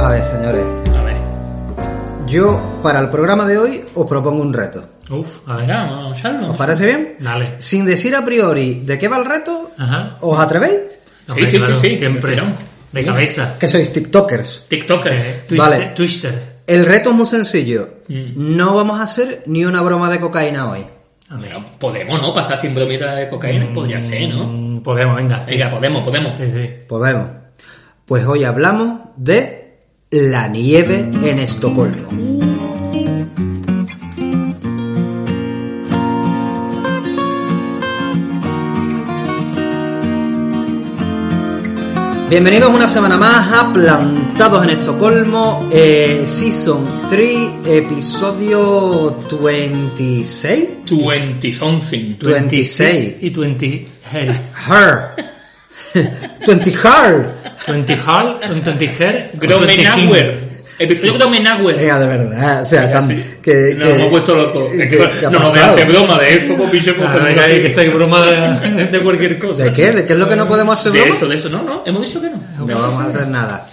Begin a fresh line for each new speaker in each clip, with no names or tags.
A ver, señores.
A ver.
Yo, para el programa de hoy, os propongo un reto.
Uf, a ver, vamos, vamos, ya vamos.
¿Os parece bien?
Dale.
Sin decir a priori de qué va el reto,
Ajá.
¿os atrevéis?
Sí, sí, sí, sí,
siempre.
Pero-
De cabeza.
Que sois TikTokers.
TikTokers.
Twister.
Vale.
Twister.
El reto es muy sencillo. No vamos a hacer ni una broma de cocaína hoy.
A ver.
Bueno, podemos, ¿no? Pasar sin bromita de cocaína. Podría ser, ¿no?
Mm, Podemos, venga. sí.
Venga, podemos, podemos.
Sí, sí.
Podemos. Pues hoy hablamos de la nieve en Estocolmo. Bienvenidos una semana más a Plantados en Estocolmo, eh, Season 3, episodio 26.
20 something.
26.
Y 20 Hell.
Her. 20 her.
20 Hall, un 20 Her. un 20 King.
Gromenauer. Episodio Gromenauer.
Venga, de verdad, o sea, Eh, tan, que,
Nos
que-
hemos puesto locos. Es que
que- que ha
no me
pasado.
hace broma de eso, por pinche
Ah,
por-
venga, ahí, que soy broma de, de cualquier cosa.
¿De qué? ¿De qué es lo que no podemos hacer?
Eh, De
broma?
eso, de eso. No, no, hemos dicho que no.
No vamos a hacer nada.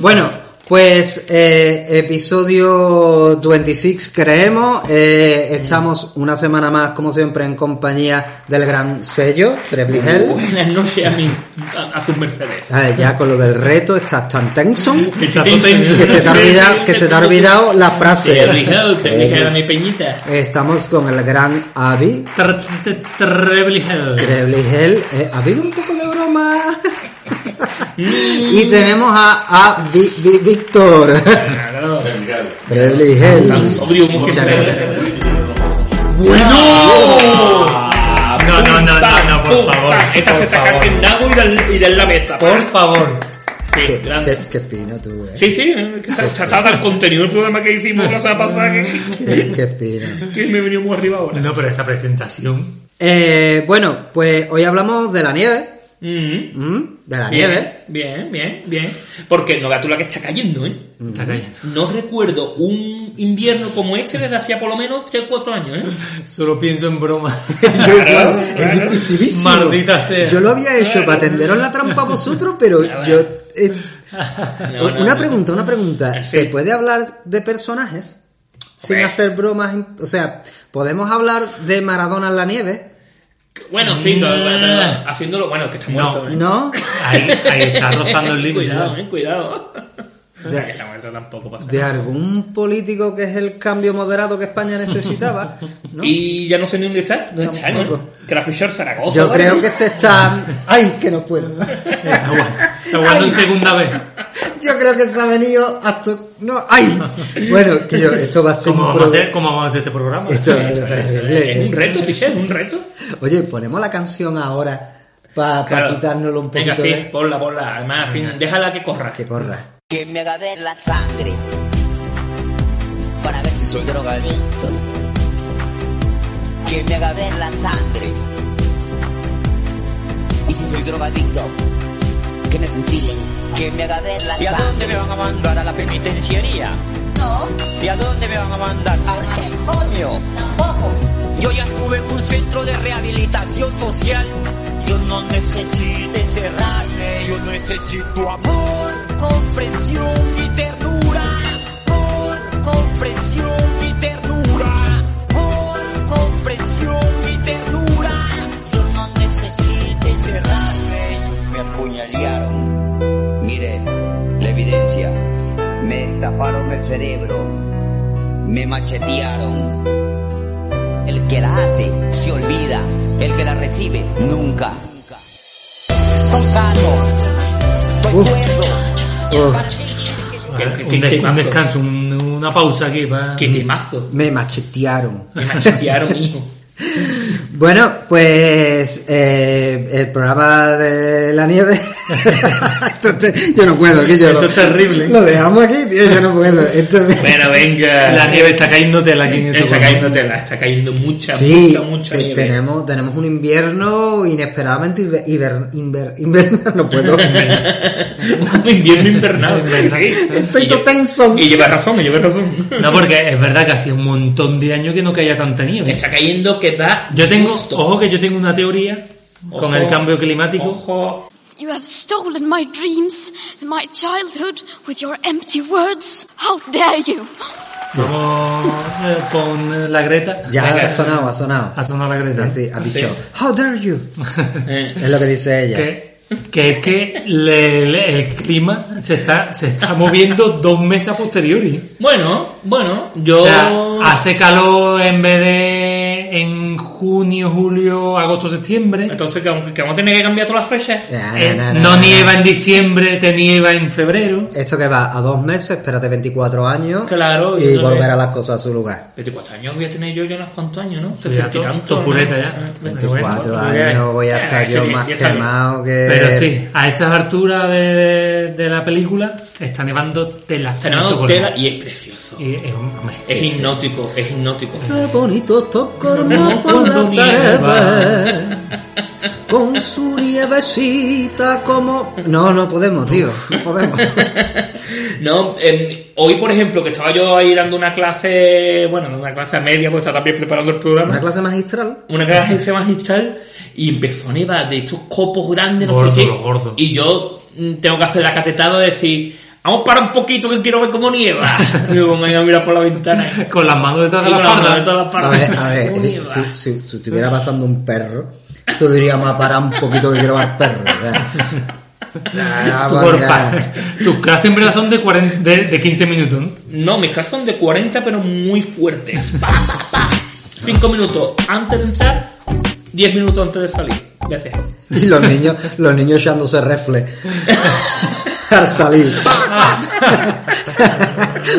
Bueno, pues eh, episodio 26 creemos. eh, estamos una semana más, como siempre, en compañía del gran sello, Trebligel.
Buenas noches a, mi, a, a sus Mercedes.
Ah, Ya con lo del reto estás tan tenso
Está
Tin,
todo
tin,
tenso.
que se te ha olvidado, que se te ha olvidado la frase. Eh,
Te dije, te dije a mi peñita.
Estamos con el gran Avi.
Tr- tr- Terrible Hell.
Trebligel, eh, ha habido un poco de broma. Mm. y tenemos a, a Vi- Vi- Víctor. Trebligel.
Tan sobrio como
Muchas
siempre.
gracias.
¡Bueno!
No, no, no, no, no, por
Pum,
favor,
pam. Esta
por
se saca
favor.
sin nabo y del, y del la mesa.
Por favor.
Sí,
Qué,
grande.
qué- qué fino tú, eh.
Sí, sí, eh, que está, está tan contenido el programa que hicimos la semana pasada que,
Qué, qué fino.
que me he venido muy arriba ahora.
No, pero esa presentación.
Eh, bueno, pues hoy hablamos de la nieve.
Mm,
¿Mm? De la
bien, ¿eh?
nieve.
bien, bien, bien. Porque no veas tú la que está cayendo, ¿eh?
Está cayendo.
No recuerdo un invierno como este desde hacía por lo menos 3 4 años, ¿eh?
Solo pienso en broma.
Yo,
Claro,
yo-
claro.
es dificilísimo.
Maldita sea.
Yo lo había hecho para tenderos la trampa a vosotros, pero yo. eh,
No, no,
una
no.
pregunta, una pregunta.
Sí.
¿Se puede hablar de personajes sin
Hombre.
hacer bromas? in- O sea, ¿podemos hablar de Maradona en la nieve?
Bueno, sí, todo-
Mm.
todo- haciéndolo, bueno, que está muerto, ¿eh?
¿No?
Ahí, ahí está rozando el límite.
Cuidado, eh, cuidado.
De-
Que está muerto tampoco pasa
¿De
nada.
algún político que es el cambio moderado que España necesitaba? ¿No?
Y ya no sé ni dónde está. ¿Dónde está?
Tampoco.
¿no? Que la fichó el Zaragoza.
Yo
¿no?
creo que se está... ¡Ay, que no puedo!
Está guay. Está guay en segunda vez.
Yo creo que se ha venido hasta... ¡No! ¡Ay! Bueno, que yo, esto va a ser...
¿Cómo
un
vamos,
pro-
a hacer, ¿Cómo vamos a hacer este programa?
Esto es
Es un
terrible.
reto, Piché, es un reto.
Oye, ponemos la canción ahora para
Claro.
quitárnoslo un poquito
Venga, sí,
de...
ponla, ponla. Además, sin- déjala que corra.
Que corra.
que me haga ver la sangre para ver si soy drogadicto que me haga ver la sangre y si soy drogadicto que me futilen que me haga ver la
¿Y a
sangre
dónde me van a mandar? ¿A la penitenciaría?
No,
¿Y a dónde me van a mandar?
al
¿A qué coño?
tampoco.
Yo ya estuve en un centro de rehabilitación social. Yo no necesito encerrarme. Yo necesito amor, comprensión y ternura. Amor, comprensión y ternura. Amor, comprensión y ternura. Yo no necesito encerrarme.
me apuñalearon mire la evidencia me estafaron el cerebro me machetearon el que la hace se olvida el que la recibe nunca soy sano soy
Uf.
cuerdo
Uf,
Vale,
Que- que-
un,
que-
des-
que-
un descanso, un- una pausa aquí para...
Qué temazo.
me machetearon.
Me machetearon, hijo.
Bueno, pues eh, el programa de la nieve Esto te- yo no puedo, que yo
Esto
lo-
es terrible.
Lo dejamos aquí, tío, yo no puedo. Esto es-
Bueno, venga.
La nieve está cayendo tela aquí en
Está
Estocolmo.
cayendo tela, está cayendo mucha,
Sí,
mucha, mucha
te-
nieve.
tenemos, tenemos un invierno inesperadamente hiber, hiber- inver- invernal, no puedo.
Un invierno invernal.
Estoy
Y
todo
lle-
tenso.
Y lleva razón, y lleva razón.
No, porque es verdad que hace un montón de años que no caía tanta nieve.
Está cayendo que da.
Yo tengo,
gusto.
ojo que yo tengo una teoría con
Ojo.
el cambio climático.
Ojo.
You have stolen my dreams and my childhood with your empty words. How dare you!
Vamos eh, con eh, la Greta.
Ya
Venga,
ha sonado, ha sonado.
Ha sonado la Greta.
Sí, sí, ha dicho,
Sí.
how dare you.
Eh,
Es lo que dice ella.
Que, que es que le- le- el clima se está, se está moviendo dos meses a posteriori.
Bueno, bueno, yo.
O sea, hace calor en vez de en junio, julio, agosto, septiembre.
Entonces, que, aunque- que vamos a tener que cambiar todas las fechas.
Ya,
Eh,
na, na,
no
na,
nieva en diciembre, te nieva en febrero.
Esto que va a dos meses, espérate 24 años
Claro,
y
yo no
volver
veo.
a las cosas a su lugar.
24 años voy a tener yo, yo unos cuantos años, ¿no?
Sí, ya,
y
to-
tanto, ¿no?
topuleta ya.
Eh,
24
Bueno, ya,
años voy a
ya,
estar
ya
yo
está
más
bien, ya está
quemado que...
Pero sí, a estas alturas de, de- de la película está nevando tela.
Tenemos tela y es precioso.
Y, eh, hombre,
Es
sí, sí.
hipnótico, es hipnótico.
Qué bonito Estocolmo por
Cuando
la tarde. Con su nievecita como... No, no podemos, tío. No podemos.
No, em, hoy por ejemplo, que estaba yo ahí dando una clase, bueno, una clase media, porque estaba también preparando el programa.
Una clase magistral.
una clase magistral y empezó a nevar de estos copos grandes, no
Gordo,
sé qué.
lo gordo.
Y yo mm, tengo que hacer la catetada de decir, vamos para un poquito que quiero ver cómo nieva. y luego me voy a mirar por la ventana.
Con las manos detrás de
Y
la
con la mano de
espalda.
todas las
A
partes.
ver, a ver.
¿Cómo
eh,
nieva?
Si, si- si estuviera pasando un perro, tú dirías, más para un poquito que quiero ver perro. ¿verdad? Ah,
Tu
bueno,
cuerpo. Tus clases en verdad son de, 40, de, de 15 minutos, ¿no?
No, mis clases son de 40, pero muy fuertes. Pa, pa, pa. 5 minutos antes de entrar, 10 minutos antes de salir. Ya sé.
Y los niños, los niños echándose refle al salir.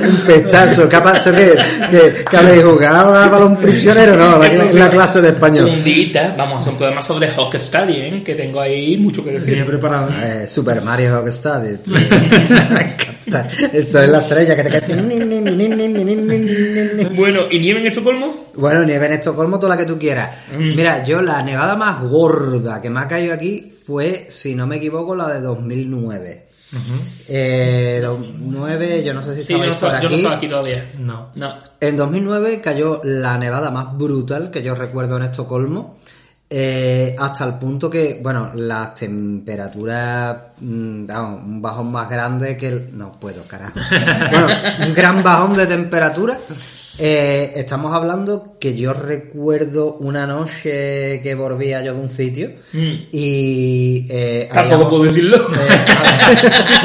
Un pestazo, capaz que, que, que habéis jugado a balón prisionero, no, la, la clase de
Un
español.
día vamos a hacer un programa sobre Hawk Stadium, que tengo ahí mucho que decir.
preparado.
Eh, Super Mario Hawk Study. Me encanta. Eso es la estrella que te cae.
Bueno, ¿y nieve en Estocolmo?
Bueno, nieve en Estocolmo, toda la que tú quieras.
Mm.
Mira, yo la nevada más gorda que me ha caído aquí fue, si no me equivoco, la de 2009. Eh, 2009, yo no sé si
Sí, yo no,
estabais por
estaba, yo no
aquí.
estaba aquí todavía.
No.
No.
En 2009 cayó la nevada más brutal que yo recuerdo en Estocolmo, eh, hasta el punto que, bueno, las temperaturas, mm, vamos, un bajón más grande que el... No puedo, carajo. Bueno, un gran bajón de temperatura. Eh, estamos hablando que yo recuerdo una noche que volvía yo de un sitio
Mm.
y... eh, habíamos-
Tampoco
eh,
puedo decirlo.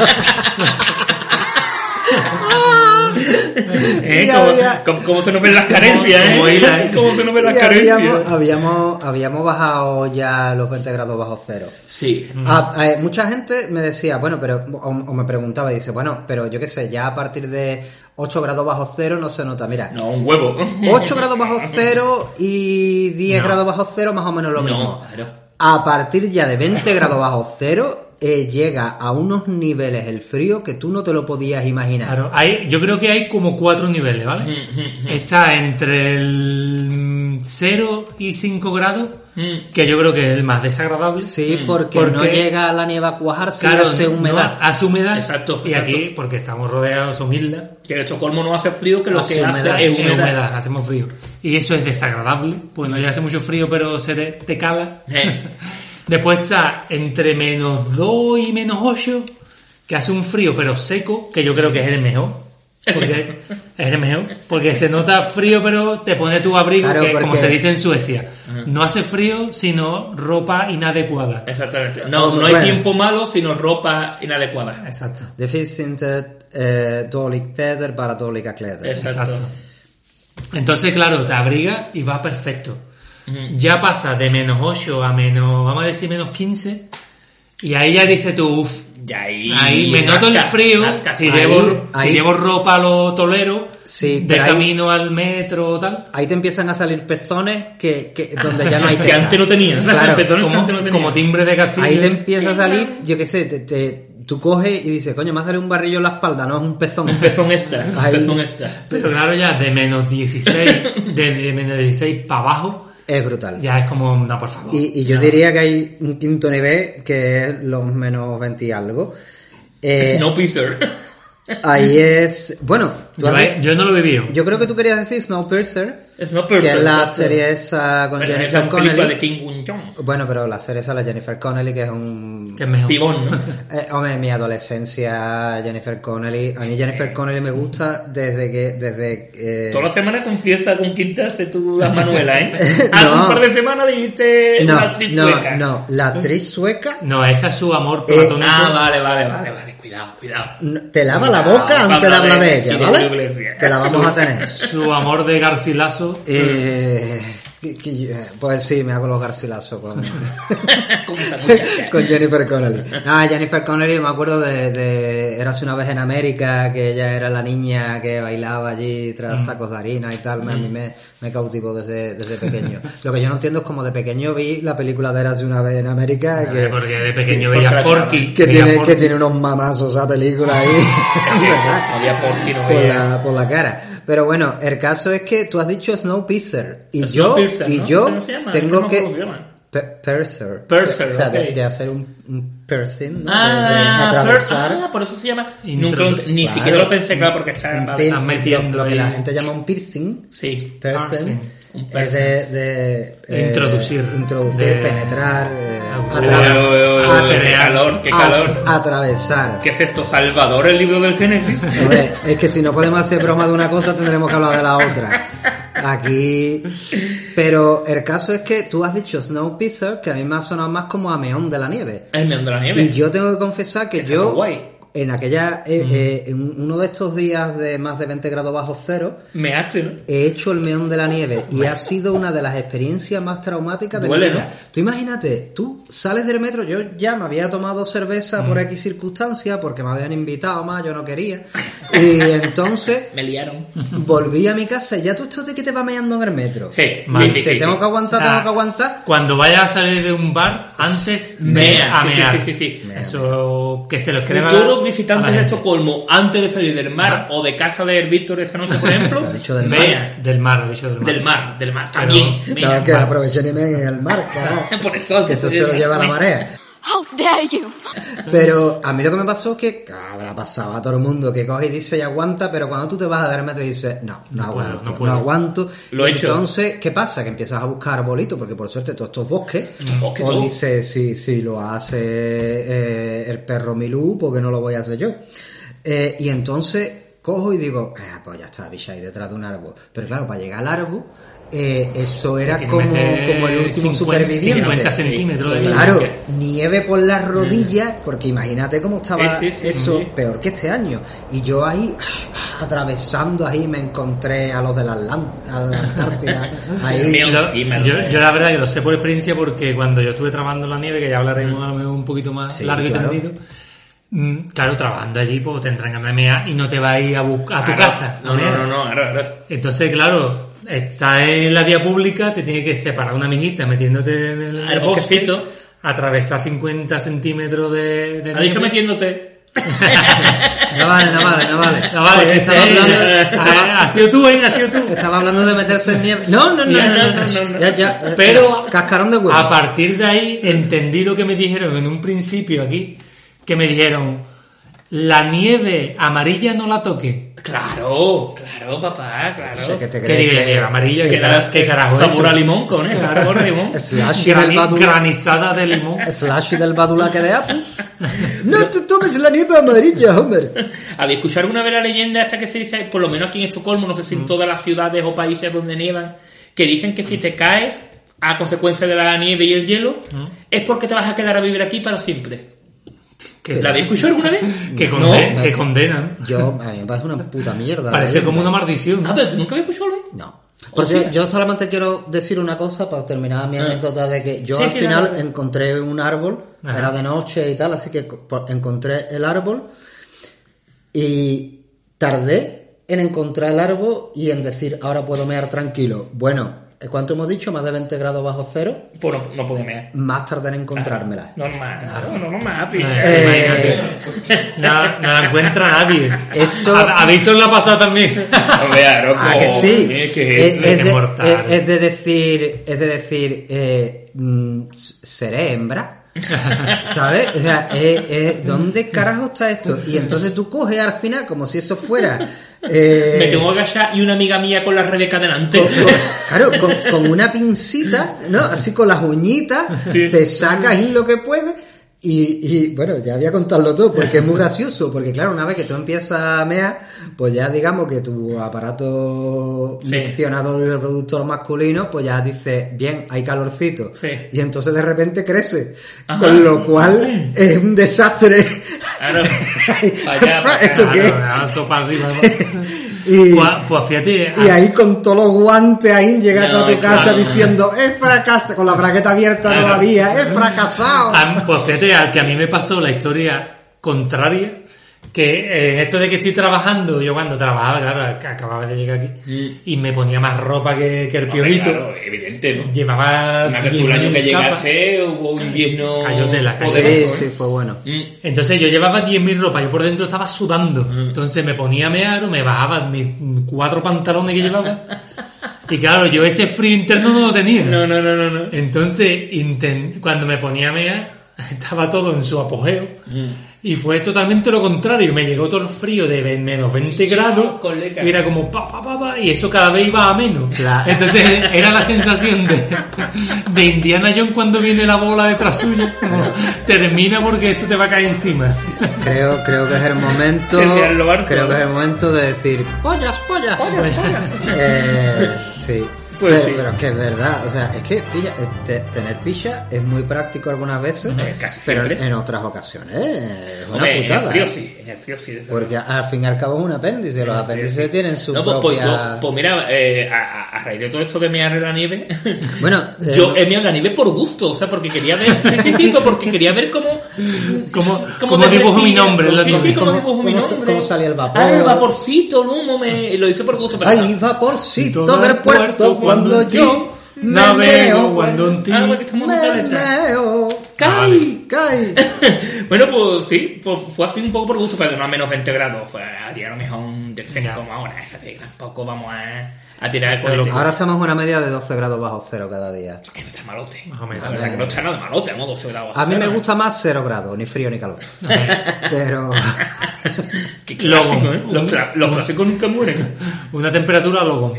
Eh,
Y
como-
había-
como- como se nos ven las carencias,
Como
¿eh?
era, ¿eh?
Como se nos ven las
Y habíamos,
carencias.
habíamos, habíamos bajado ya los 20 grados bajo cero.
Sí.
Ah, eh, mucha gente me decía, bueno, pero, o, o me preguntaba, dice, bueno, pero yo qué sé, ya a partir de 8 grados bajo cero no se nota, mira.
No, un huevo.
8 grados bajo cero y 10 grados bajo cero más o menos lo
No,
mismo.
claro.
A partir ya de 20 grados bajo cero eh, llega a unos niveles el frío que tú no te lo podías imaginar.
Claro, hay, yo creo que hay como cuatro niveles, ¿vale?
Mm,
Está entre el 0 y 5 grados,
Mm.
que yo creo que es el más desagradable.
Sí, porque,
porque-
no llega la nieve a cuajarse
Claro,
y hace
no,
humedad.
hace humedad.
Exacto,
Y
exacto.
aquí, porque estamos rodeados, son islas,
Que en Estocolmo no hace frío, que lo
Hace
que
humedad,
hace
es
es
humedad.
humedad.
hacemos frío. Y eso es desagradable, pues no ya hace mucho frío, pero se te, te cala.
Eh.
Después está entre menos 2 y menos 8, que hace un frío pero seco, que yo creo que es el mejor. Porque es el mejor. Porque se nota frío, pero te pone tu abrigo,
Claro,
que, como
porque-
se dice en Suecia. No hace frío, sino ropa inadecuada.
Exactamente. No, no
Bueno.
hay tiempo malo, sino ropa inadecuada.
Exacto.
Det finns inte eh, dåligt väder, bara dåliga kläder.
Exacto.
Exacto. Entonces, claro, te abriga y va perfecto. Ya pasa de menos 8 a menos, vamos a decir menos 15. Y ahí ya dices tú, uff,
Y ahí,
Ahí me noto el
rasca,
frío.
rasca.
Si,
Ahí,
llevo,
ahí.
si llevo ropa a los toleros,
Sí,
de
pero ahí-
camino al metro o tal.
Ahí te empiezan a salir pezones que, que- donde ya no hay
Que
tela.
antes no tenías.
Claro,
Pezones que
Como,
antes no tenía.
como timbre de castillo.
Ahí te empieza a salir, yo qué sé, te, te- tú coges y dices, coño, me ha salido un barrillo en la espalda, no es un pezón.
Un pezón extra. Un
Ahí.
pezón extra.
Pero claro, ya de menos 16, desde menos 16 para abajo,
Es brutal.
ya es como, no, por favor.
Y, y yo diría que hay un quinto nivel que es los menos 20 y algo. Eh,
Snowpiercer.
Ahí es. Bueno, tú
yo,
has-
eh, yo no lo he vivido.
yo creo que tú querías decir Snowpiercer, que
Snowpiercer.
es la
Snowpiercer.
serie esa con
Bueno, es
Jennifer
la película de
Connelly.
King Wing Chong.
Bueno, pero la serie esa la Jennifer Connelly, que es un.
que es mejor.
Tibón, ¿no?
Eh, hombre, mi adolescencia, Jennifer Connelly. A mí Jennifer Connelly me gusta desde que. Desde, eh,
Toda la semana confiesa con quintas tú a Manuela, ¿eh?
No.
Hace un par de semanas dijiste
no,
una actriz
no,
sueca.
no, la actriz sueca
No, esa es su amor
Eh,
platónico.
Ah, vale, vale, vale, vale. Cuidado, cuidado.
no, te lava la boca
Vamos
antes de
a ver,
hablar de ella,
Ah, y de Julio
¿vale?
Iglesias.
Te la vamos a tener.
Su amor de Garcilaso.
Eh, que- que- eh, pues sí, me hago los garcilazos con,
Con esa muchacha.
con Jennifer Connelly. Ah, Jennifer Connelly, me acuerdo de, de Érase una vez en América, que ella era la niña que bailaba allí
Mm.
tras sacos de harina y tal. Me, a mí me, me cautivó desde, desde pequeño. Lo que yo no entiendo es como de pequeño vi la película de Érase una vez en América,
Ah,
que,
Porque de pequeño veía
porque la
Porky.
que,
veía
tiene,
Porky.
que tiene unos mamazos esa película ahí.
Había Porky, no
por
veía.
la, por la cara. Pero bueno, el caso es que tú has dicho Snowpiercer y yo
Snowpiercer,
y
¿no?
yo
¿Cómo se llama?
tengo
No me
que
acuerdo cómo se llama.
Pe- piercer.
Piercer,
o sea, de,
ok.
de hacer un, un piercing, ¿no?
Ah,
Desde
per-
atravesar.
ah, por eso se llama.
Intro-
Nunca lo- ni
Claro.
siquiera lo pensé, claro, porque
Un
está. Ah,
pin-
están metiendo
lo, lo que la
ahí.
gente llama un piercing.
Sí.
Piercing.
Un
Es de, de, eh,
Introducir.
introducir,
De-
penetrar, eh,
Oh,
Uy,
atra-
uy, uy, uy,
atra-
qué calor, qué calor.
a- atravesar.
¿Qué es esto? ¿Salvador el libro del Génesis?
A ver, es que si no podemos hacer broma de una cosa, tendremos que hablar de la otra. Aquí. Pero el caso es que tú has dicho Snowpiercer, que a mí me ha sonado más como a Meón de la Nieve.
El meón de la nieve.
Y yo tengo que confesar que
Está
yo,
todo guay.
en aquella eh, eh, en uno de estos días de más de 20 grados bajo cero,
Me hace, ¿no?
he hecho el meón de la nieve y ha sido una de las experiencias más traumáticas de
Duele,
mi vida.
¿no?
Tú imagínate, tú sales del metro, yo ya me había tomado cerveza
Mm.
por X circunstancia porque me habían invitado más, yo no quería. Y entonces
Me liaron.
volví a mi casa y ya tú esto de que te va meando en el metro.
Sí, sí,
Mal.
sí,
Dices,
sí,
tengo
sí.
que aguantar,
O sea,
tengo que aguantar.
Cuando vayas a salir de un bar, antes
Mea,
mea, a
sí, sí,
mear.
sí, sí, sí.
Eso que se los crema.
Futuros visitantes de
gente. Ah.
Estocolmo, antes de salir del mar o de casa de Víctor esta noche, por ejemplo,
Ha dicho del mar.
vea.
Del mar, de hecho, del mar.
Del mar, del mar, también. vea.
No, que aprovechen y meen en el mar, carajo.
Por eso,
Que eso se lo lleva la marea.
How dare you?
Pero a mí lo que me pasó es que que habrá pasado a todo el mundo que coge y dice y aguanta, pero cuando tú te vas a darme te dices, no, no,
puedo,
aguanto,
no
no,
puedo".
aguanto.
Lo he hecho.
Entonces, ¿qué pasa? Que empiezas a buscar arbolitos, porque por suerte todos estos bosques,
bosques,
o
todo.
dices, si, si lo hace eh, el perro Milú, porque no lo voy a hacer yo. Eh, y entonces cojo y digo, ah, pues ya está, bicha, ahí detrás de un árbol. Pero claro, para llegar al árbol, eh, eso era
Tiene que
como,
meter
como el último
50,
superviviente.
50 centímetros de vida.
Claro,
Que-
nieve por las rodillas, porque imagínate cómo estaba
Sí, sí, sí,
eso
sí.
peor que este año. Y yo ahí, atravesando ahí, me encontré a los de la, Atlant- a la Antártida. ahí.
Meo.
Lo-
Sí, me lo
yo,
creo.
yo la verdad que lo sé por experiencia porque cuando yo estuve trabajando en la nieve, que ya
Mm.
hablaremos a lo mejor un poquito más
Sí,
largo
claro.
y tendido, mm, claro, trabajando allí pues tendrán ganas de mear y no te vas a ir a, buscar a tu
Ahora,
casa. a
No, no,
mear.
no, no, ahora, ahora.
Entonces, claro, estás en la vía pública, te tiene que separar una mijita metiéndote en el,
Al
bosque,
bosquecito.
atravesar 50 centímetros de, de
Ha dicho
nieve.
metiéndote.
No vale, no vale, no vale.
Ah, vale,
Porque
que
estaba,
sí,
hablando,
eh,
estaba-
ha sido tú, eh, ha sido tú.
estaba hablando de meterse en nieve. No, no, no,
Ya,
no, no, no,
no, no, no.
Ya, ya, eh,
Pero
Cascarón de huevo.
A partir de ahí entendí lo que me dijeron en un principio aquí, que me dijeron, la nieve amarilla no la toque.
Claro, claro, papá, claro.
O sea, que te
¿Qué
crees
digo,
que-
nieve amarilla?
que
¿Qué,
da-
cara- qué
que
carajo es
sabor
eso?
a limón con eso, sabor a limón.
Slash y del
Grani-
badula,
granizada de limón.
slash y del badula que de Apu. No te tomes la nieve amarilla, Homer.
Había escuchado alguna vez la leyenda hasta que se dice, por lo menos aquí en Estocolmo, no sé si en todas las ciudades o países donde nievan, que dicen que si te caes a consecuencia de la nieve y el hielo, es porque te vas a quedar a vivir aquí para siempre.
Que,
¿La había escuchado alguna vez?
que,
No.
conde- que condenan.
Yo, a mí me parece una puta mierda. la
Parece
vida.
como una maldición.
Ah, pero tú nunca habías escuchado, Luis.
No. Por
O
cierto,
sea- Ah.
yo solamente quiero decir una cosa para terminar mi anécdota de que yo
Sí,
al
sí,
final
dale, dale.
encontré un árbol,
Ajá.
era de noche y tal, así que co- por- encontré el árbol y tardé en encontrar el árbol y en decir, ahora puedo mear tranquilo. Bueno, ¿cuánto hemos dicho? Más de 20 grados bajo cero,
Pues no, no podía mear.
más tardé en encontrármela.
Normal, no, no, normal,
Eh,
pilla.
imagínate. No, no la encuentra nadie.
Eso-
A, a Víctor la ha pasado también.
Hombre, claro,
Ah, que sí. Eh,
coño, que
Es,
es-
es
es de,
mortal.
es- es de decir, es de decir, eh, mm, seré hembra. ¿Sabes? O sea, eh, eh, ¿dónde carajo está esto? Y entonces tú coges al final como si eso fuera. eh,
Me tengo que agachar y una amiga mía con la Rebeca delante.
con- con- claro, con, con una pincita, ¿no? Así con las uñitas, te sacas y lo que puedes. Y, y, bueno, ya voy a contarlo todo porque es muy gracioso. Porque claro, una vez que tú empiezas a mear, pues ya digamos que tu aparato
Sí.
miccionador y reproductor masculino, pues ya dice, bien, hay calorcito.
Sí.
Y entonces de repente crece.
Ajá.
Con lo cual es un desastre.
Claro. Pa' allá, pa' acá,
¿Esto
Claro,
qué es?
nada, todo para arriba.
Y-
Pues, pues fíjate.
Y ahí con todos los guantes ahí llegando
No,
a tu casa
claro.
diciendo, es fracasado, con la bragueta abierta todavía, es fracasado.
Ah,
A mí- pues fíjate, a- que a mí me pasó la historia contraria, que eh, en esto de que estoy trabajando, yo cuando trabajaba, claro, ac- acababa de llegar aquí, y me ponía más ropa que, que el
Hombre,
piojito.
claro, evidente, ¿no?
Llevaba...
Una vez tú el año que
10.000 capas.
llegaste hubo un invierno
Cayó de la calle.
poderoso, ¿eh?
fue bueno.
Mm.
Entonces yo llevaba 10.000 ropa, yo por dentro estaba sudando. Entonces me ponía a mear o me bajaba mis cuatro pantalones que llevaba. Y claro, yo ese frío interno no lo tenía.
No, no, no, no, no.
Entonces, inten- cuando me ponía a mear, estaba todo en su apogeo.
Mm.
Y fue totalmente lo contrario. Me llegó todo el frío de ve- menos 20 grados.
colega.
Y era como pa, pa, pa, pa, y eso cada vez iba a menos.
Claro.
Entonces era la sensación de, de Indiana Jones cuando viene la bola detrás suyo. Como, termina porque esto te va a caer encima.
Creo, creo que es el momento.
Genial, lo barco,
creo que
¿no?
es el momento de decir pollas, pollas. Eh, sí.
Pues
pero,
sí.
pero es que es verdad, o sea, es que pilla- eh, te- tener picha es muy práctico algunas veces,
Eh, casi
pero
siempre.
en otras ocasiones eh, es una
Hombre, en el
putada.
frío sí, en el frío sí. desde
Porque al fin y al cabo es un apéndice, los apéndices tienen su
No, pues,
propia...
pues yo, pues mira, eh, a, a- a raíz de todo esto de mear en la nieve,
Bueno, eh,
yo he meado en la nieve por gusto, o sea, porque quería ver, sí, sí, sí, pero porque quería ver cómo,
Como, como dibujo mi nombre. es lo
sí,
que-
sí, cómo
¿Cómo-
dibujo mi
cómo se-
nombre,
cómo salía el vapor?
ah, el vaporcito, el humo, me, lo hice por gusto, pero
Ay,
Y
vaporcito
todo
del
el
puerto
puerto
cuando
cuando
yo
yo navego, cuando un
Ah, porque estamos en otra
me
letra.
meo,
¡Cay!
cay.
bueno, pues sí, pues, fue así un poco por gusto, pero no a menos 20 grados. Fue a tirar a lo mejor un tercer
Ya.
como ahora. fíjate, Tampoco vamos a, a tirar eso
Pues lo-
Ahora estamos a una media de 12 grados bajo cero cada día.
Que no está malote.
Más o menos.
La verdad que no está nada malote, hemos 12 grados.
A mí me
¿sabes?
gusta más cero grados, ni frío ni calor. Pero
Qué clásico,
Ah. Lobo.
¿eh? Los, cla- los clásicos nunca mueren.
Una temperatura logo.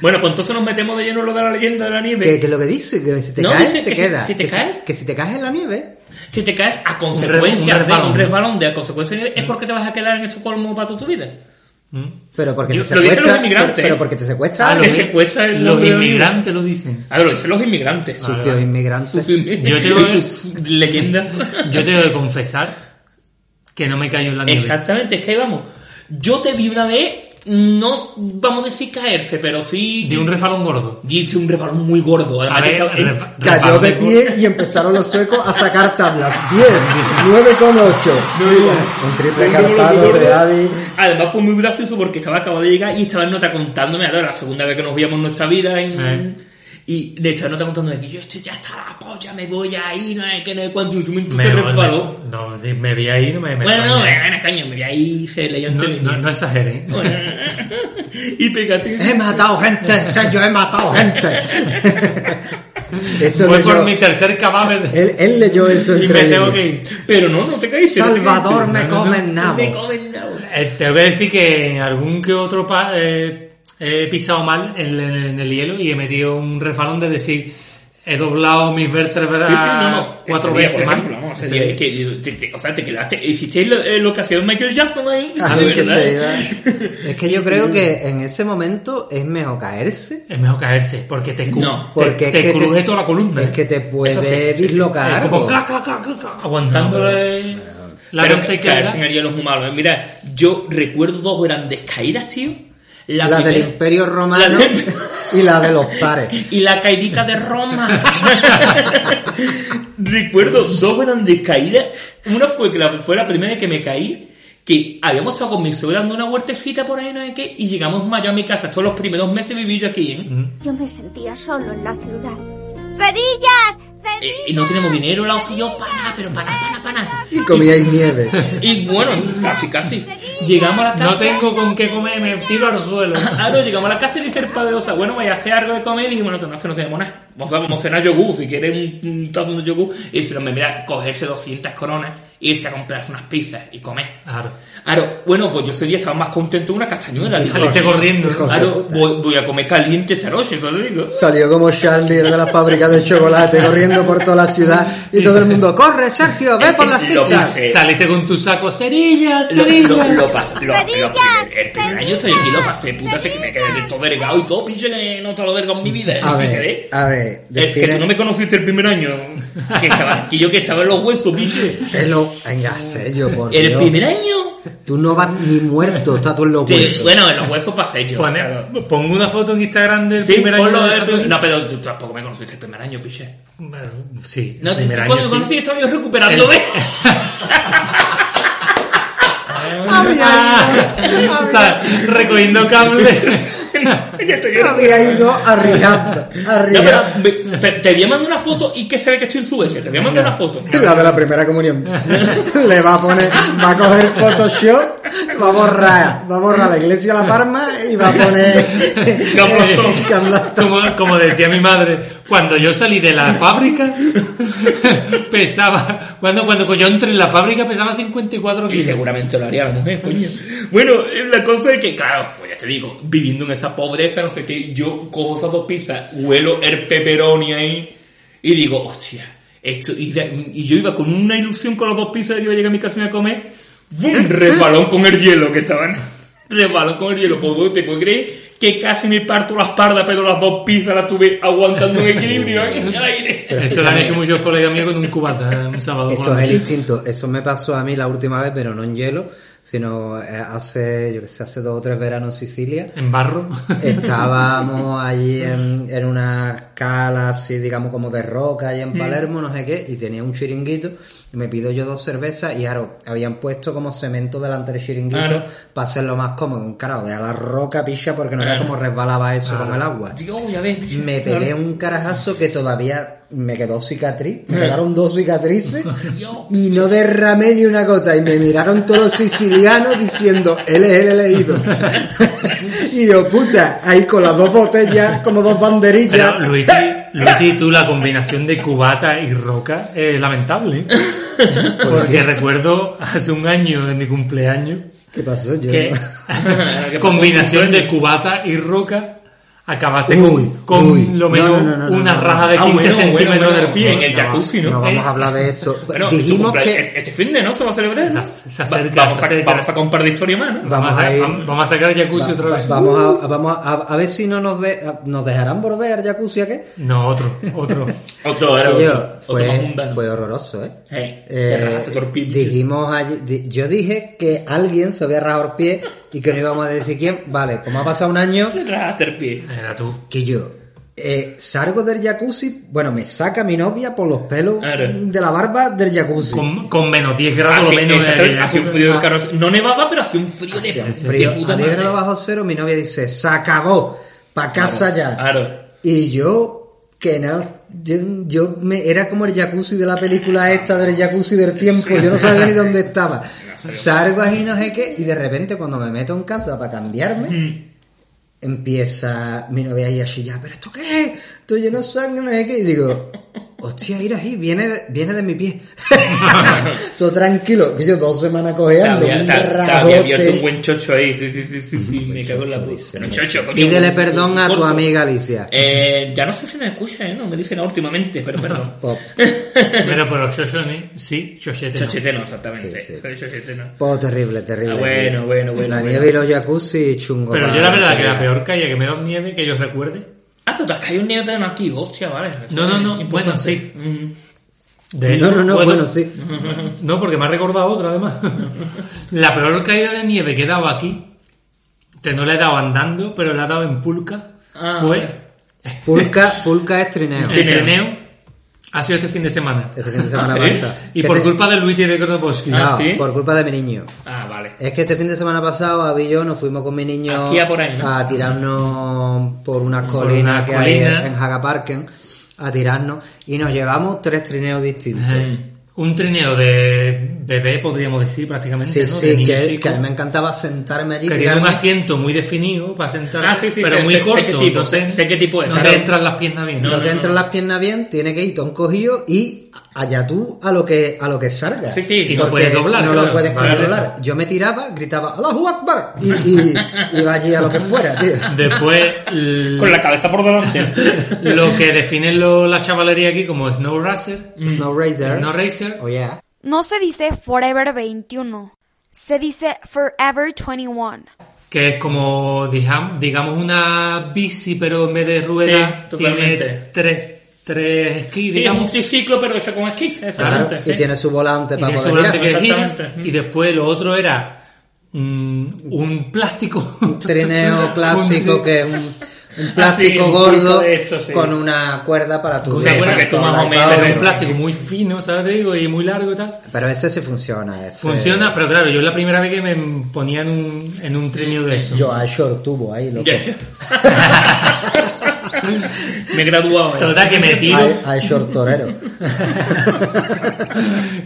Bueno, pues entonces nos metemos de lleno en lo de la leyenda de la nieve.
que, que lo que dice, que si te
No,
caes,
dice
te
que si-
queda.
si te
Que
caes-
que si te caes en la nieve,
Si te caes a
Un re-
consecuencia
un
de
resbalón.
un resbalón, de a consecuencia de nieve, es porque te vas a quedar en Estocolmo para toda tu vida.
pero porque
Yo-
te
lo dicen
secuestra.
los inmigrantes,
pero, pero
¿eh?
porque te secuestra
Ah,
Claro,
los,
que secuestra el
los
nombre de
inmigrantes lo dicen.
A ver, lo dicen los inmigrantes.
sucios
vale.
inmigrantes.
Sus inmi-
Yo tengo-
y sus leyendas.
Yo tengo que confesar que no me cayó en la nieve.
Exactamente, es que ahí vamos. Yo te vi una vez, no s- vamos a decir caerse, pero sí.
De un refalón gordo.
Diste un resbalón muy gordo. Además,
A
que
ver,
estaba-
ref-
Cayó
refalón
de
gordo.
pie y empezaron los suecos a sacar tablas. 10, 9,8. Un triple carpado de Adi.
Además fue muy gracioso porque estaba acabado de llegar y estaba en nota contándome, ahora la segunda vez que nos veíamos en nuestra vida en-
Eh.
Y de hecho, nota contándome que yo estoy ya está la polla, me voy ahí, no es que no es cuanto y en su momento
Me,
se
me-
resbaló.
no, de- me vi ahí, no me, me
Bueno, eh, no,
no,
me gana caña, me voy ahí, se leyó
no,
entre
no, no exageren.
Y pegate.
He matado gente, Sergio, he matado gente. Eso
Fue
leyó-
por mi tercer cadáver
él, él leyó eso
y
entre
me tengo
ellos.
que ir.
Pero no, no te caíste. no te
Salvador
caíste.
me
No, no,
come
no,
el
No te
nabo.
comen nada.
Eh, tengo que decir que en algún que otro pa- eh, he pisado mal en, en- en el hielo y he metido un refalón de decir he doblado mis vértebras
Sí, sí, no, no. Ese
cuatro
día,
veces
por
mal.
ejemplo, vamos, ese
Ese
día
día.
que te- te- o sea, te quedaste. Hiciste lo, eh, lo que hacía Michael Jackson ahí.
A
de
ver qué
verdad.
Ah, se iba. Es que yo creo que en ese momento es mejor caerse.
Es mejor caerse porque te, cu-
No,
te-
Porque es
te
que
cruje toda la columna.
Es que te
Eso sí,
puede
sí, sí.
dislocar.
Es como
pues.
clac, clac, clac, clac, clac, aguantándole la
pero
mente
ca-
que
caerse en
era.
el hielo es muy malo. ¿eh? Mira, yo recuerdo dos grandes caídas, tío.
la del
primera-
Imperio Romano
La del-
y la de los pares.
Y la caidita de Roma. Recuerdo dos grandes caídas. Una fue que la, fue la primera que me caí, que habíamos estado con mi suegra dando una vueltecita por ahí, no sé qué, y llegamos mayo a mi casa. Todos los primeros meses viví yo aquí, ¿eh?
Yo me sentía solo en la ciudad. ¡Cerillas!
Eh,
¡Cerillas!
y no tenemos dinero, la osi yo, para nada, pero para nada, para nada, para nada.
Y comíais nieve.
Y bueno, casi, casi. Llegamos a la casa.
No tengo con qué comer, me tiro al suelo.
Claro, llegamos a la casa y dice el padre Osa, bueno, vaya a hacer algo de comer. Y dijimos, no, no, es que no tenemos nada. Vamos a, vamos a cenar yogur, si quieres un, un tazo de yogur. Y se me mira, cogerse 200 coronas, irse a comprarse unas pizzas y comer.
Claro.
Claro, bueno, pues yo ese día estaba más contento que una castañuela. Dije,
saliste
"Oye,
corriendo, ¿no?
Claro, voy, voy a comer caliente esta noche, eso te digo.
Salió como Charlie el de la fábrica de chocolate corriendo por toda la ciudad y todo el mundo, corre Sergio, ve por las
Lo
pizzas.
hice.
Saliste con tu saco, cerillas,
Lo,
cerillas.
lo, lo pas- lo- lo primer- el primer año estoy aquí, lo pasé, puta, sé que me quedé todo delgado y todo, pinche, que no te lo delgado en mi vida.
A
me
ver,
quedé.
a ver,
Es Eh, que tú
define-
no me conociste el primer año. Que estaba, que yo que estaba en los huesos, biche.
Pelo, venga, sello, por
El
Dios.
primer año.
Tú no vas ni muerto, está todo en los
te-
huesos.
bueno, en los huesos pasé yo.
Pone-
claro.
Pues Pongo una foto en Instagram del
Sí,
primer año.
ponlo
de
del
la
primer-
pandemia.
No, pero tú tampoco me conociste el primer año, piche.
Bueno, Sí,
No,
el
tú
primer
cuando
año
me
sí.
conociste estaba yo recuperándome.
Había ido,
Ah, O sea, recogiendo cables.
Ya estoy yo.
había ido arriando,
No, pero
arriando.
me- te, te voy a mandar una foto y que se ve que estoy en Suecia. Te voy a mandar una foto.
La de la primera comunión. Le va a poner, va a coger Photoshop, va a borrar, va a borrar la iglesia de la Parma y va a poner
Camblastón.
Camblastón.
Como, como decía mi madre, cuando yo salí de la fábrica, pesaba. Cuando, cuando yo entré en la fábrica, pesaba 54
Y
kilos.
seguramente lo haría la mujer, coño. Bueno, eh, la cosa es que, claro, pues ya te digo, viviendo en esa pobreza, no sé qué, yo cojo esas dos pizzas, huelo el pepperoni ahí y digo, hostia, esto. Y, de- y yo iba con una ilusión con las dos pizzas que iba a llegar a mi casa y me iba a comer,
¿Eh?
¡bum! Resbalón con el hielo que estaban. Resbalón con el hielo, pues te puedes creer que casi me parto la espalda, pero las dos pizzas las tuve aguantando en equilibrio ahí en el aire.
Eso lo han hecho muchos colegas míos con un cubata un sábado. por
Eso
la
es el
noche.
instinto. Eso me pasó a mí la última vez, pero no en hielo, sino eh, hace, yo que sé, hace dos o tres veranos en Sicilia.
En barro.
Estábamos allí en, en una cala así, digamos, como de roca, allí en Palermo, no sé qué, y tenía un chiringuito, y me pido yo dos cervezas, y claro, habían puesto como cemento delante del chiringuito
Claro.
para hacerlo más cómodo, un carajo, de a la roca picha porque no era como resbalaba eso con el agua.
Dios, ya ves. bicho.
Me pegué un carajazo que todavía me quedó cicatriz,
Eh.
me quedaron dos cicatrices y no derramé ni una gota y me miraron todos los sicilianos diciendo, él es el elegido. y yo, puta, ahí con las dos botellas, como dos banderillas.
Pero Luigi, Luigi, tú la combinación de cubata y roca es lamentable. Porque recuerdo hace un año de mi cumpleaños
¿Qué pasó? Yo
que
pasó?
combinación de cubata y roca acabaste
Uy,
con, con
uy.
lo menos
No, no, no, no,
una
no, no.
raja de
Ah,
15
bueno, bueno,
centímetros
bueno,
del pie.
en el jacuzzi,
no
¿no?
vamos a hablar
Eh.
de eso.
Bueno, tu
Dijimos
cumplea-
que...
este fin de no se va a celebrar. ¿no?
Ah, se- se acerca,
Va- vamos,
se
a,
acerca.
vamos a comprar de historia más, ¿no?
Vamos,
Vamos
a,
a ir-
vam- vamos a sacar el jacuzzi otra
va-
vez.
Vamos, a, vamos a, a ver si no nos, de- a- nos dejarán volver al jacuzzi, ¿a qué?
No, otro, otro.
Otro, era
Y yo,
otro. Otro más
fue,
mundano.
fue horroroso, ¿eh?
Eh,
Eh,
te rajaste todo el pie, bicho.
dijimos allí- di- yo dije que alguien se había rajado el pie y que no íbamos a decir quién. Vale, como ha pasado un año,
Te rajaste el pie.
Era tú.
que yo eh, salgo del jacuzzi, bueno, me saca mi novia por los pelos
Claro.
de la barba del jacuzzi.
Con, con menos 10
Ah,
grados lo
sí,
menos de-
exactamente, hacía un frío de
ah.
carroza. No nevaba, pero hacía un frío de,
Hacía un
de
frío,
puta
a 10
madre.
grados bajo cero, mi novia dice, se acabó, pa' casa ya.
Claro. Ah,
Y yo, que nada, yo, yo me, era como el jacuzzi de la película esta, del jacuzzi del tiempo, yo no sabía ni dónde estaba. Salgo ahí, no sé qué, y de repente cuando me meto en casa para cambiarme,
Mm.
empieza mi novia ahí a chillar, pero ¿esto qué es? Estoy lleno de sangre, no sé qué, y digo... Hostia, ir ahí, viene de, viene de mi pie. Todo tranquilo, que yo dos semanas
Te
cojeando,
había,
un
te- te había
rabote.
abierto un buen chocho ahí. Sí, sí, sí, sí, sí. Me cago en la puta.
dice,
Un chocho, coño,
Pídele
un-
perdón
un
a tu
corto.
amiga Alicia.
Eh, ya no sé si me escucha, ¿eh? No me dice nada últimamente, pero perdón.
Pop.
Bueno, pero Shoshone, sí, Shoshete. no.
Chochete no, exactamente.
Sí, sí.
Soy chochete no.
Oh, terrible, terrible.
Ah, bueno, bueno, bueno,
La
bueno.
nieve y los jacuzzi, chungo.
Pero
va,
yo la verdad que
terrible.
la peor calle que me da nieve que yo recuerde
Ah, pero te has caído un nieve, pero no aquí. Hostia, vale.
No, no, no, bueno, sí.
Mm.
De
No, no, no,
puedo-
bueno, sí.
No, porque me ha recordado otra además. la peor caída de nieve que he dado aquí, que no la he dado andando, pero la he dado en pulca.
Ah,
fue
Pulca, pulca es trineo.
el trineo. Ha sido este fin de semana. ¿Ah,
Este fin de semana
¿sí?
pasa.
Y
Que
por
te-
culpa de Luigi de Grotowski.
No,
Ah, ¿sí?
por culpa de mi niño.
Ah, vale.
Es que este fin de semana pasado, a Billo, nos fuimos con mi niño
Aquí a por ahí, ¿no?
a tirarnos por unas
Por
colinas
una
que
colina.
hay en Hagaparken, a tirarnos, y nos llevamos tres trineos distintos.
Ajá. Eh, Un trineo de bebé, podríamos decir, prácticamente.
Sí,
¿no?
sí,
De niño
que,
chico,
que a mí me encantaba sentarme allí.
que tiene
tirarme.
un asiento muy definido para sentar,
Ah, sí, sí,
pero
sé-
muy
sé- sé
corto.
qué tipo,
entonces,
sé qué tipo es,
No
claro.
te entran las piernas bien.
No,
no,
¿no?
te entran las piernas bien, tiene que ir todo encogido y allá tú a lo que a lo que salga.
Sí, sí, y
no
Porque
puedes doblar,
No
claro,
lo puedes
vale,
controlar. Yo me tiraba, gritaba, ¡Allahu Akbar! Y, y iba allí a lo que fuera, tío.
Después, l-
Con la cabeza por delante.
lo que define lo- la chavalería aquí como Snow Racer,
Snow Racer.
Snow Racer,
Oh, yeah.
No se dice Forever 21, se dice Forever 21.
que es como, dijam- digamos, una bici, pero en vez de ruedas, tiene
totalmente.
tres, tres esquís,
Sí, es
digamos.
un triciclo, pero eso con esquís,
Claro,
exactamente.
y
sí.
tiene su volante
Y
para
tiene
poder
su volante
girar.
que gira,
Exactamente.
y después lo otro era mm, un plástico.
Un trineo
Un- Ah,
clásico que es un, un plástico
un
gordo
pulco de esto, sí.
con una cuerda para tu
Una
Sí,
dedo,
buena
para que tú
todo
más o
ahí,
menos
todo.
Pero
Pero-
un plástico muy fino, ¿sabes? Te digo, y muy largo y tal.
Pero ese sí funciona. ese-
Funciona, pero claro, yo es la primera vez que me ponía en un, en un trineo de eso.
Yo a short tubo ahí, loco.
Ya. Me he graduado. eh.
Total, que me tiro.
A, a short torero.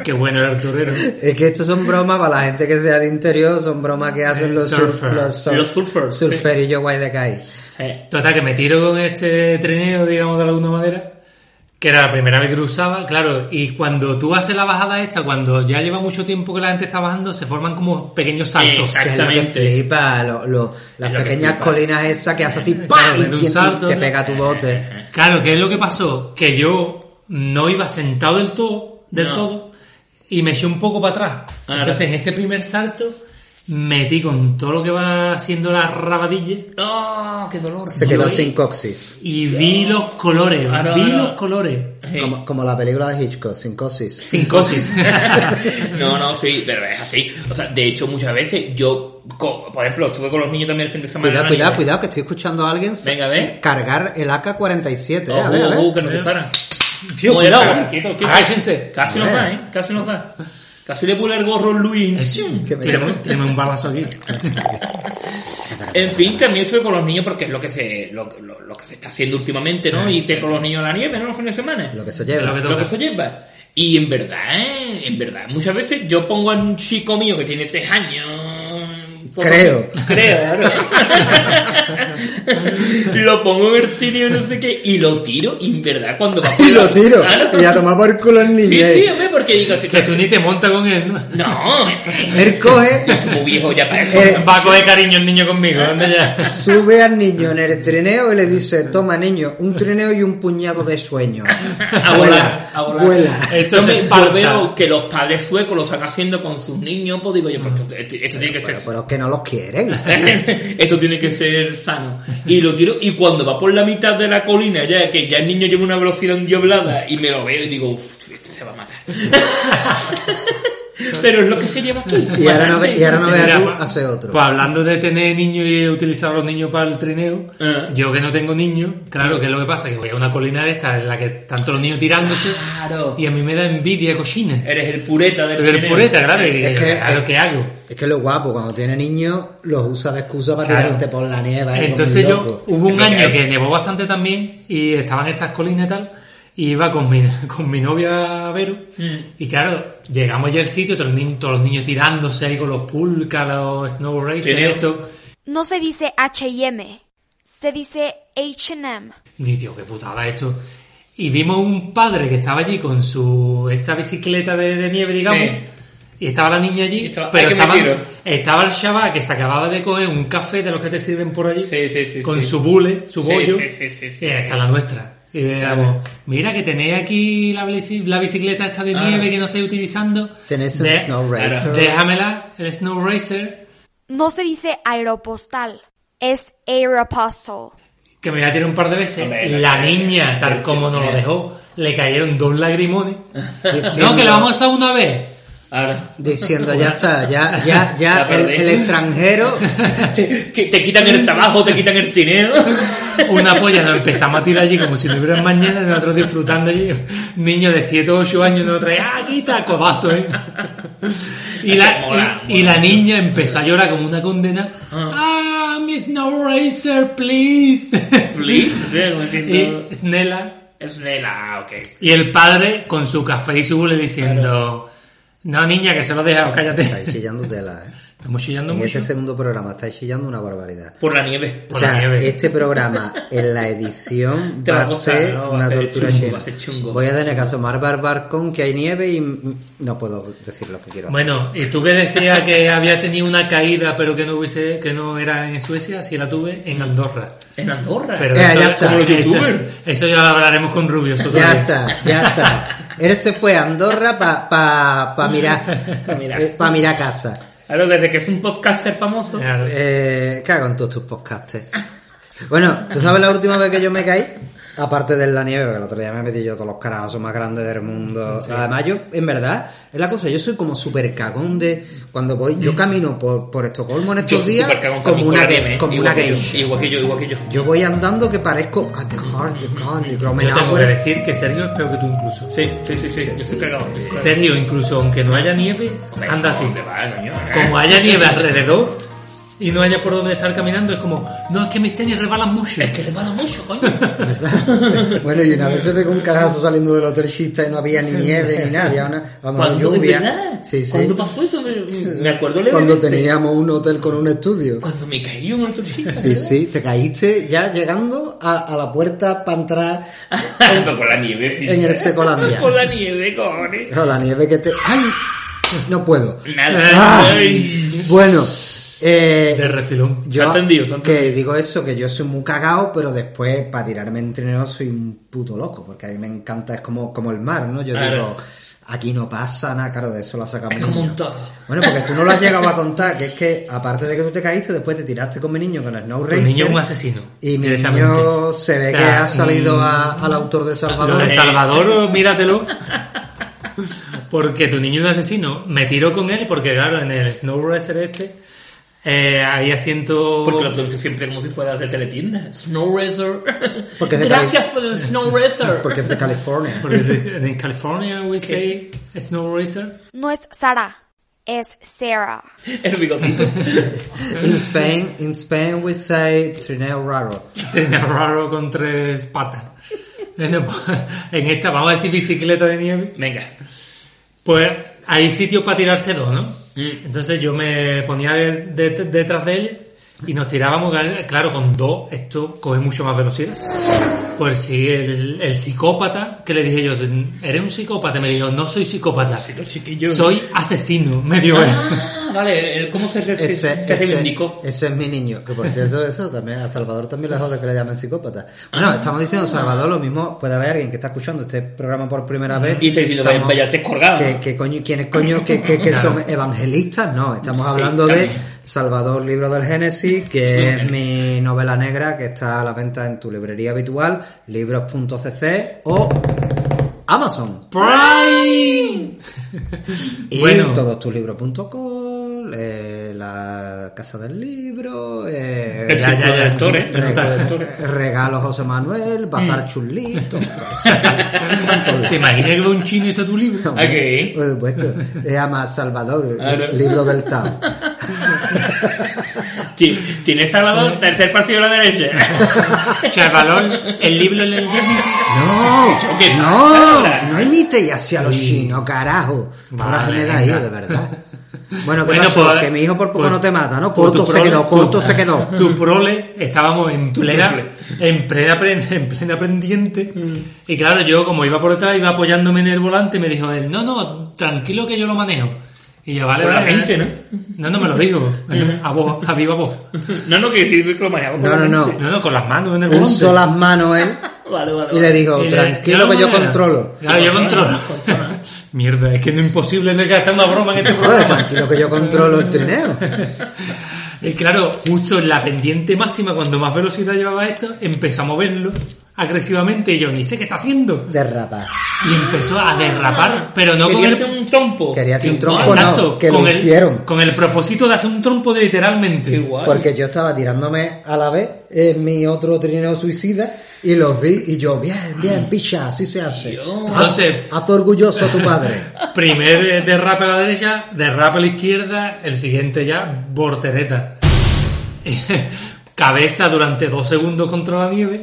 Qué bueno el Arturero.
Es que estos son bromas para la gente que sea de interior, son bromas que hacen los, surf-
Surfer.
los, surf-
Los surfers, sí.
surferillos guay de calle.
Eh,
Total, que me tiro con este trineo, digamos, de alguna manera, que era la primera vez que lo usaba, claro, y cuando tú haces la bajada esta, cuando ya lleva mucho tiempo que la gente está bajando, se forman como pequeños saltos.
Exacto. Exactamente.
Que es lo que flipa, lo- lo- las
Es lo que
pequeñas
flipa.
colinas esas que hace así, ¡pam!
Claro,
y
de un
te-
salto,
te
¿no?
pega tu bote.
Claro, ¿qué es lo que pasó? Que yo no iba sentado del todo, del
No.
todo, y me eché un poco para atrás.
Ah,
Entonces, en ese primer salto, metí con todo lo que va haciendo la rabadilla
¡Oh, qué dolor!
Se quedó
Yo-
sin coxis.
y vi los colores,
Ahora,
vi
ahora.
los colores.
Sí.
Como, como la película de Hitchcock, sin coxis.
Sin cosis.
no, no, sí, pero es así. O sea, de hecho, muchas veces yo, co- por ejemplo, estuve con los niños también el fin de semana.
Cuidado,
en la
cuidado,
nieve.
cuidado, que estoy escuchando a alguien
Venga, a ver.
cargar el AK-47. eh, a
Ojo,
ver, a ver.
ojo, que nos disparan.
Tío,
Muy bien,
cuidado,
Fran,
eh.
quieto, quieto.
Agáchense.
Casi nos da, ¿eh? Casi nos da. Casi le pula el gorro a Luis.
Que me-
Tírame, tírame un balazo aquí.
En fin, también estuve con los niños porque es lo que se, lo, lo- lo que se está haciendo últimamente, ¿no? Y te con los niños a la nieve, ¿no? Los fines de semana.
Ah, Lo que se
Lo
lleva.
que
lo que se lleva. Y en verdad, ¿eh? en verdad, muchas veces yo pongo a un chico mío que tiene tres años. poco-
Creo.
Creo, ¿no? lo pongo en el tiro, no sé qué, y lo tiro, y en verdad, cuando va por
Y
la-
lo tiro.
Claro.
Y a tomar por culo el niño.
Sí, sí,
eh.
hombre, porque digo, si-
Que tú ni te montas con él, ¿no?
No,
Él coge,
es muy viejo ya para eso.
Eh,
Va a coger cariño el niño conmigo, anda ya.
sube al niño en el trineo y le dice, toma niño, un trineo y un puñado de sueños.
A volar, a volar.
vuela.
Esto
Yo
es
me- yo
Esparta.
veo que los padres suecos lo están haciendo con sus niños, pues digo yo, pues, esto, esto- esto tiene que ser
Pero, pero es que no los quieren.
Esto tiene que ser sano. Y lo tiro, y cuando va por la mitad de la colina, ya que ya el niño lleva una velocidad endiablada, y me lo veo y digo, "Uf, este se va a matar. Pero es lo que se lleva aquí.
Y ahora no, ve- y ahora no veas tú,
Mira, pa-
hace otro.
Pues hablando de tener niños y utilizar a los niños para el trineo,
Ah.
yo que no tengo niños, claro que es lo que pasa, que voy a una colina de estas en la que están todos los niños tirándose
Claro.
y a mí me da envidia cochina.
Eres el pureta del
Soy el
trineo.
pureta, claro, y
Es que-
a lo que hago.
Es que lo guapo, cuando tiene niños, los usa de excusa para
Claro.
tirarte por la nieve. ahí,
Entonces
¿eh? como un
yo,
loco.
hubo un
Lo que
año
hay.
que nevó bastante también y estaban estas colinas y tal, y iba con mi, con mi novia Vero,
Mm.
y claro, llegamos ya al sitio, todos los, niños, todos los niños tirándose ahí con los pulcas, los snow racers,
Trineo.
esto.
No se dice HM, se dice HM.
Y tío, qué putada esto. Y vimos un padre que estaba allí con su esta bicicleta de, de nieve, digamos.
Sí.
Y estaba la niña allí,
Y estaba-
pero
ay, que me
estaba,
tiro.
estaba el chaval que se acababa de coger un café de los que te sirven por allí,
Sí, sí, sí,
con
sí.
su bule, su
Sí,
bollo,
sí, sí, sí, sí,
y esta es la nuestra. Y le damos, mira que tenéis aquí la, bici- la bicicleta esta de
Ah.
nieve que no estáis utilizando.
Tenéis un
De-
snow racer.
Déjamela, el snow racer,
No se dice aeropostal, es aeropostal.
que me voy a tirar un par de veces.
Hombre, la-
la niña, tal como nos lo dejó, le cayeron dos lagrimones.
Diciendo-
No, que la vamos a usar una vez.
Ahora.
Diciendo, ya está, ya, ya, ya,
La
el,
perdí.
el extranjero.
Te, que te quitan el trabajo, te quitan el trineo.
Una polla, nos empezamos a tirar allí como si no hubiera mañana, y nosotros disfrutando allí. Niños de 7 o 8 años, nosotros, ¡ah, quita, codazo, eh! Y la,
Mola,
y, y la niña empezó a llorar como una condena. ¡Ah, Miss No Racer, please!
Please, o sea, como diciendo-
Y Snella.
Es Nela, ah, ok.
Y el padre, con su café y su bule, diciendo: No, niña, que se lo he dejado, cállate.
Estáis chillando tela, eh.
Estamos chillando
En
mucho.
este segundo programa estáis chillando una barbaridad.
Por la nieve.
O
Por la
sea,
nieve.
este programa en la edición
Te
va
va
a
a costar,
ser
¿no? Va a
una
ser
tortura
chungo,
llena.
va a ser chungo.
Voy a tener que asomar barbar con que hay nieve y mm, no puedo decir lo que quiero. hacer.
Bueno, y tú que decías que había tenido una caída, pero que no hubiese, que no era en Suecia, sí la tuve en Andorra.
En Andorra.
Pero
Eh,
eso,
ya está.
como los
Eso-
youtubers, eso, ya lo hablaremos con Rubius. otro
Ya
día.
está, ya está. Él se fue a Andorra para pa, pa mirar,
Pa mirar.
eh, pa mirar casa.
Claro, desde que es un podcaster famoso.
Claro.
Eh, cago en todos tus podcastes. Bueno, ¿tú sabes la última vez que yo me caí? Aparte de la nieve, porque el otro día me metí yo todos los carajazos más grandes del mundo. Además, yo, en verdad, es la cosa, yo soy como súper cagón de. Cuando voy, yo camino por, por Estocolmo en
Yo
estos
soy
días
súper cagón con
como
mi
una,
cola,
gay-
¿eh?
como
igual
una
que yo,
gay.
Igual que yo, igual que yo.
Yo voy andando que parezco. A the heart, the heart, the
Yo tengo
Gromenauer.
que decir que Sergio es peor que tú incluso.
Sí, sí, sí, sí. Yo soy cagado. yo soy cagado.
Sergio, incluso aunque no haya nieve,
Hombre,
anda así.
¿dónde va, coño?
Como haya
Eh,
nieve alrededor y no haya por dónde estar caminando, es como, no, es que mis tenis rebalan mucho.
Es que le van a mucho, coño.
Bueno, y una vez se pegó un carajazo saliendo del hotel chista y no había ni nieve ni nada, había una vamos,
¿Cuándo, en
lluvia.
verdad?
Sí, sí.
¿Cuándo pasó eso? Me, me acuerdo
Cuando
levemente.
teníamos un hotel con un estudio.
Cuando me caí en el turista.
Sí, sí, te caíste ya llegando a, a la puerta para entrar
Pero por la nieve. sí.
en el Secolandia.
Por la nieve, cojones.
Pero la nieve que te. ¡Ay! No puedo.
Nada.
Ah,
Ay.
bueno, eh,
De refilón.
yo
Se ha entendido, se ha entendido.
que digo eso, que yo soy muy cagao, pero después para tirarme en trineo soy un puto loco, porque a mí me encanta, es como, como el mar, ¿no? Yo
Claro.
digo, aquí no pasa nada, claro, de eso lo sacamos.
Es como un toro.
Bueno, porque tú no lo has llegado a contar, que es que aparte de que tú te caíste, después te tiraste con mi niño, con el Snow
Tu
Racer.
niño es un asesino.
Y mi
directamente.
niño se ve
O sea,
que ha salido
mm,
a- al autor de
Lo
Salvador.
de Salvador, míratelo. eh. Porque tu niño es un asesino. Me tiró con él porque, claro, en el Snow Racer este eh, hay asiento...
Porque lo pronuncio siempre como si fueras de teletienda. Snow Racer.
Porque se
Gracias por el Snow Racer.
Eh, Porque es de California.
Porque es- en California we say Snow Racer.
No es Sara, es Sarah.
El bigotito.
In Spain, in Spain we say trineo raro.
Tiene raro con tres patas. En el- en esta, vamos a decir bicicleta de nieve.
Venga.
Pues hay sitios para tirarse dos, ¿no?
Mm.
Entonces yo me ponía de- de- detrás de él y nos tirábamos, claro, con dos, esto coge mucho más velocidad. Pues si el, el psicópata, que le dije yo, ¿eres un psicópata? Me dijo, no soy psicópata,
Pasito chiquillo.
soy asesino, me dijo él.
Ah, vale. el- ¿Cómo se, re- se,
Ese,
se
ese-
reivindicó?
ese es mi niño. Que por cierto, eso también a Salvador también le jode que le llamen psicópata. Bueno, estamos diciendo Salvador, lo mismo puede haber alguien que está escuchando este programa por primera vez.
Y te
este
diciendo,
Estamos-
vaya, te colgado.
que, que coño, ¿Quiénes coño que, que- que son evangelistas? No, estamos hablando de
también.
Salvador, libro del Génesis, que es mi novela negra que está a la venta en tu librería habitual, libros.cc o Amazon.
Prime.
Y
Bueno.
todos tus libros.com, eh, la Casa del Libro, eh,
El
Ya, ya,
círculo de
ya.
actores.
Pero está-
Regalo José Manuel, Bazar Chulí, todo esto.
¿Te imaginas que ve un chino y está tu libro?
Ok.
Por supuesto. Se llama Salvador,
Claro.
libro del Tao.
Ti- Tiene Salvador, tercer partido a la derecha.
Chavalón, el libro le
No,
¿qué
no, no imitéis hacia los chinos, carajo. Ahora se
Vale,
me da ido, de
venga.
verdad. Bueno, que
Bueno, pues,
que mi hijo por poco
pues,
no te mata, ¿no?
por
Corto
tu
se
prole-
quedó,
tu-
corto se quedó.
Tu prole, estábamos en plena,
prole.
en plena, pre- en plena pendiente.
Mm.
Y claro, yo como iba por detrás, iba apoyándome en el volante, me dijo él, no, no, tranquilo que yo lo manejo. Y yo, vale,
Con la
vale.
mente,
vale". No, no me lo digo.
Mm.
A voz, a viva voz.
No, no, que decir que lo manejamos
No, no, no.
No, no, con las manos en el volante.
Puso las manos él
Vale, vale.
y le
vale.
digo,
Y la-
tranquilo que yo
manera.
controlo.
Claro, yo
Controla,
controlo. Mierda, es que no es imposible no gastar una broma en este
Joder,
programa.
tranquilo que yo controlo el trineo.
Y Eh, claro, justo en la pendiente máxima, cuando más velocidad llevaba esto, empezó a moverlo agresivamente y yo ni sé qué está haciendo.
Derrapa.
Y empezó a derrapar, pero no con
Quería
el,
hacer un un trompo.
Quería hacer un
Sí,
trompo, no,
exacto,
que lo
con el-
hicieron.
Con el propósito de hacer un trompo de literalmente.
Porque yo estaba tirándome a la vez en mi otro trineo suicida y los vi y yo, bien, bien, picha, así se hace.
Entonces-
haz, haz orgulloso a tu padre.
Primer eh, derrape a la derecha, derrape a la izquierda, el siguiente ya, bordereta. Cabeza durante dos segundos contra la nieve.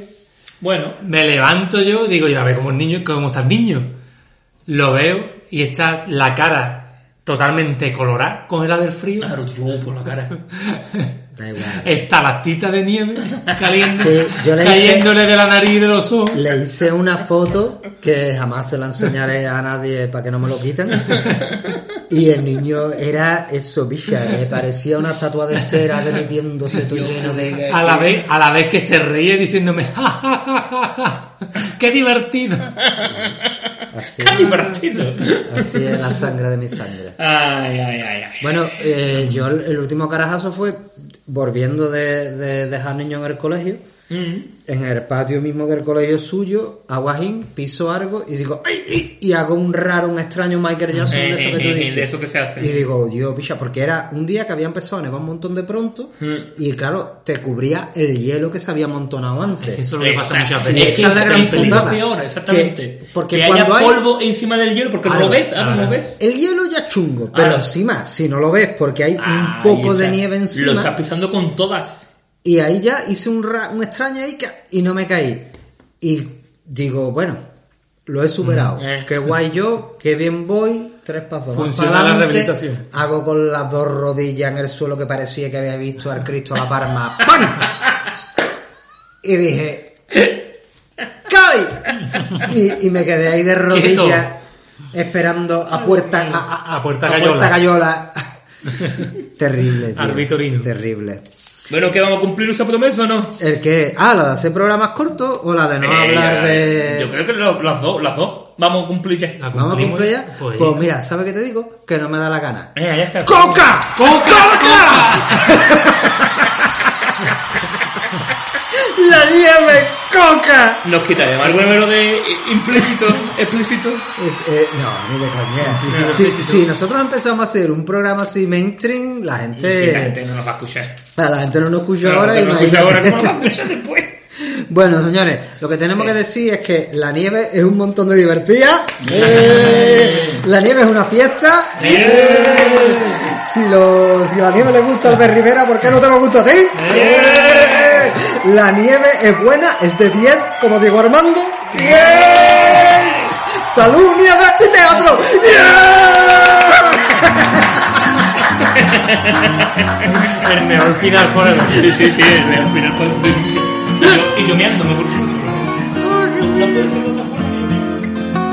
Bueno.
Me levanto yo, digo yo, a ver cómo, el niño, cómo está el niño. Lo veo y está la cara totalmente colorada, congelada del frío. Claro, por la cara.
Da igual.
Está la tita de nieve caliente,
Sí, yo le hice-
cayéndole de la nariz y de los ojos.
Le hice una foto que jamás se la enseñaré a nadie para que no me lo quiten. Y el niño era eso, bicha, eh, parecía una estatua de cera derritiéndose todo lleno de...
A la, vez, a la vez que se reía diciéndome, ja, ja, ja, ja, ja, qué divertido.
Así,
¡Qué divertido!
así es la sangre de mi sangre.
Ay, ay, ay, ay.
Bueno, eh, yo el, el último carajazo fue volviendo de, de dejar niños en el colegio,
Mm.
en el patio mismo del colegio suyo, aguajín, piso algo y digo, ¡ay! ay", Y hago un raro, un extraño Michael Jackson
Eh,
de eso que tú dices.
de eso que se hace.
Y digo, Dios, picha, porque era un día que había empezado a nevar un montón de pronto
Mm.
y claro, te cubría el hielo que se había amontonado antes.
que eso es lo que pasa muchas
Y
veces.
esa es la gran
Siempre.
putada.
peor, exactamente.
Que- porque
que
cuando
haya
hay-
polvo encima del hielo, porque no
Claro,
lo ves, ahora no
claro.
lo ves.
El hielo ya es chungo, pero
Ahora.
encima, si no lo ves, porque hay un
Ahí
poco de
está.
nieve encima.
Lo estás pisando con todas.
Y ahí ya hice un, ra- un extraño ahí que- y no me caí. Y digo, bueno, lo he superado.
Mm, eh.
Qué guay yo, qué bien voy. Tres pasos más
Funciona
para
la
adelante.
rehabilitación.
Hago con las dos rodillas en el suelo que parecía que había visto al Cristo a la Parma. ¡Pam! Y dije, ¡Caí! Y, y me quedé ahí de rodillas esperando a puerta, a, a- a-
A puerta
a
gallola.
gallola. terrible, tío.
Al Vitorino.
Terrible.
Bueno, que vamos a cumplir esa promesa o no?
¿El que Ah, la de hacer programas cortos o la de no
Eh,
hablar
ya,
de.
Yo creo que lo- las dos, las dos. Vamos a cumplir ya.
La
¿Vamos a cumplir ya?
Pues,
Pues, mira, ¿sabes qué te digo? Que no me da la gana.
Eh, ya está.
¡Coca!
¡Coca!
¡La nieve! ¡Coca!
Nos quitaremos algún número de implícito, explícito.
Eh, eh, no, ni de coña. Si, si nosotros empezamos a hacer un programa así mainstream, la gente.
Sí, la gente no nos va a escuchar.
Ah, la gente no nos escucha
Claro,
ahora
la gente no nos escucha ahora,
imagínate.
¿cómo nos va a escuchar después?
Bueno, señores, lo que tenemos que decir es que la nieve es un montón de divertida. Eh, la nieve es una
Eh,
fiesta. Si, lo, si la nieve le gusta a Albert Rivera, ¿por qué no te lo gusta a ti? La nieve es buena, es de 10, como Diego Armando. ¡Salud, nieve y teatro!
El mejor final forever.
Sí, sí, sí, al final pues, y yo- Y yo me ando, me gusta mucho. No puede ser de otra forma.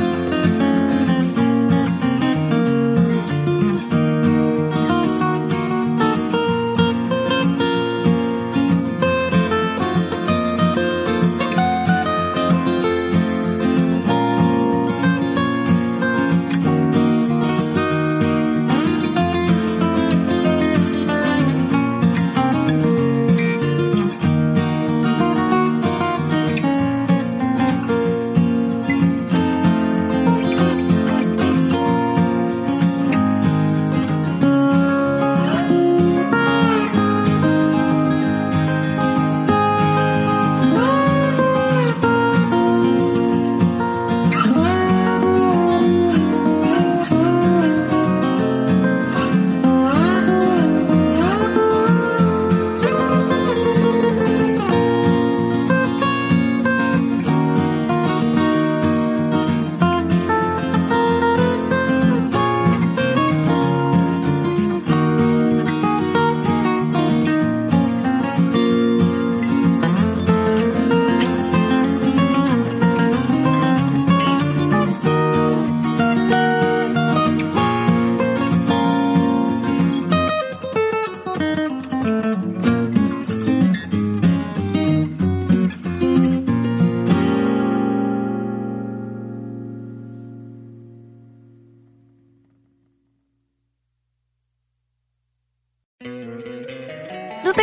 ¿No te